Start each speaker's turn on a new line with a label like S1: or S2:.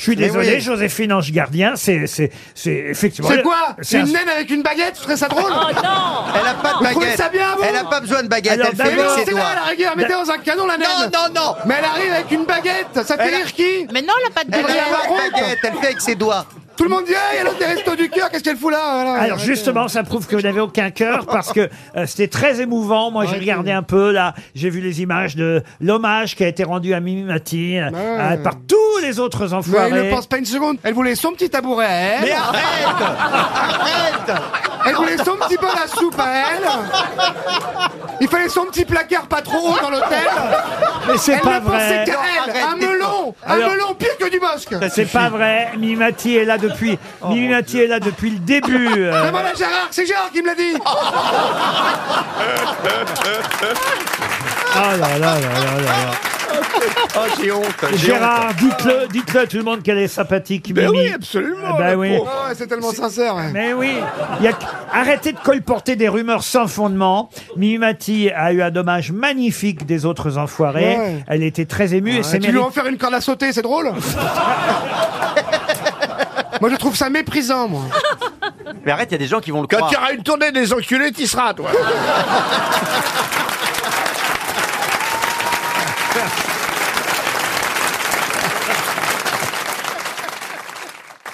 S1: suis
S2: Mais
S1: désolé,
S2: oui.
S1: Joséphine Ange Gardien, c'est c'est- c'est effectivement.
S2: C'est quoi C'est
S1: un-
S2: une naine avec une baguette Je trouvais ça drôle
S3: Ah,
S2: Eh
S3: Elle a pas de
S2: Ah, Vous trouvez
S3: baguette.
S2: ça bien, vous
S3: Elle a pas besoin de baguette.
S1: Alors,
S3: elle fait
S1: d'abord-
S3: avec
S2: ben, C'est
S3: ses
S2: là,
S3: doigts.
S2: à la rigueur, mettez
S1: Da-
S2: dans un canon la naine
S3: Non, non, non.
S2: Mais elle arrive avec une baguette Ça fait
S3: Elle a-
S2: rire qui
S4: Mais non, la pâte de
S3: Elle a
S2: Regarde,
S3: pas de
S2: arrête.
S3: baguette. Elle fait avec ses doigts.
S2: Tout le monde dit Ah, il y a l'autre des restos du cœur, qu'est-ce qu'elle fout là Voilà.
S1: Alors justement, ça prouve que vous n'avez aucun cœur parce que euh, c'était très émouvant. Moi, j'ai regardé un peu là, j'ai vu les images de l'hommage qui a été rendu à Mimi Mati euh,
S2: Ouais.
S1: euh, par tous les autres
S2: Mais elle
S1: enfoirés.
S2: ne pense pas une seconde. Elle voulait son petit tabouret à elle.
S3: Mais arrête Arrête
S2: Elle voulait son petit bol à soupe à elle. Il fallait son petit placard pas trop haut dans l'hôtel.
S1: Mais c'est
S2: Elle
S1: pas
S2: ne pensait
S1: vrai.
S2: qu'à
S3: Non,
S2: elle.
S3: arrête,
S2: Un
S3: dites-moi.
S2: melon.
S1: Alors-
S2: Un melon pire que du bosque.
S1: C'est pas vrai. Mimi Mati est là depuis.
S2: Oh,
S1: Mimi Mati est là depuis le début. euh.
S2: Maman la Gérard, c'est Gérard qui me l'a dit.
S1: Oh là là là là là là.
S3: Oh, j'ai honte. j'ai honte.
S1: Gérard, dites-le, dites-le à tout le monde qu'elle est sympathique,
S5: Ben
S1: Mimi.
S5: oui, absolument.
S1: Ah bah
S5: la
S1: oui.
S5: pauvre.
S2: Ah ouais, c'est tellement sincère. ouais.
S1: Mais oui, il y a... que- arrêtez de colporter des rumeurs sans fondement. Mimimati a eu un dommage magnifique des autres enfoirés.
S2: Ouais.
S1: Elle était très émue et c'est
S2: Tu lui as
S1: mérité.
S2: offert une corde à sauter, c'est drôle Moi je trouve ça méprisant, moi.
S3: Mais arrête, il y a des gens qui vont le
S5: Quand
S3: croire.
S5: il y aura une tournée des enculés, t'y seras, toi.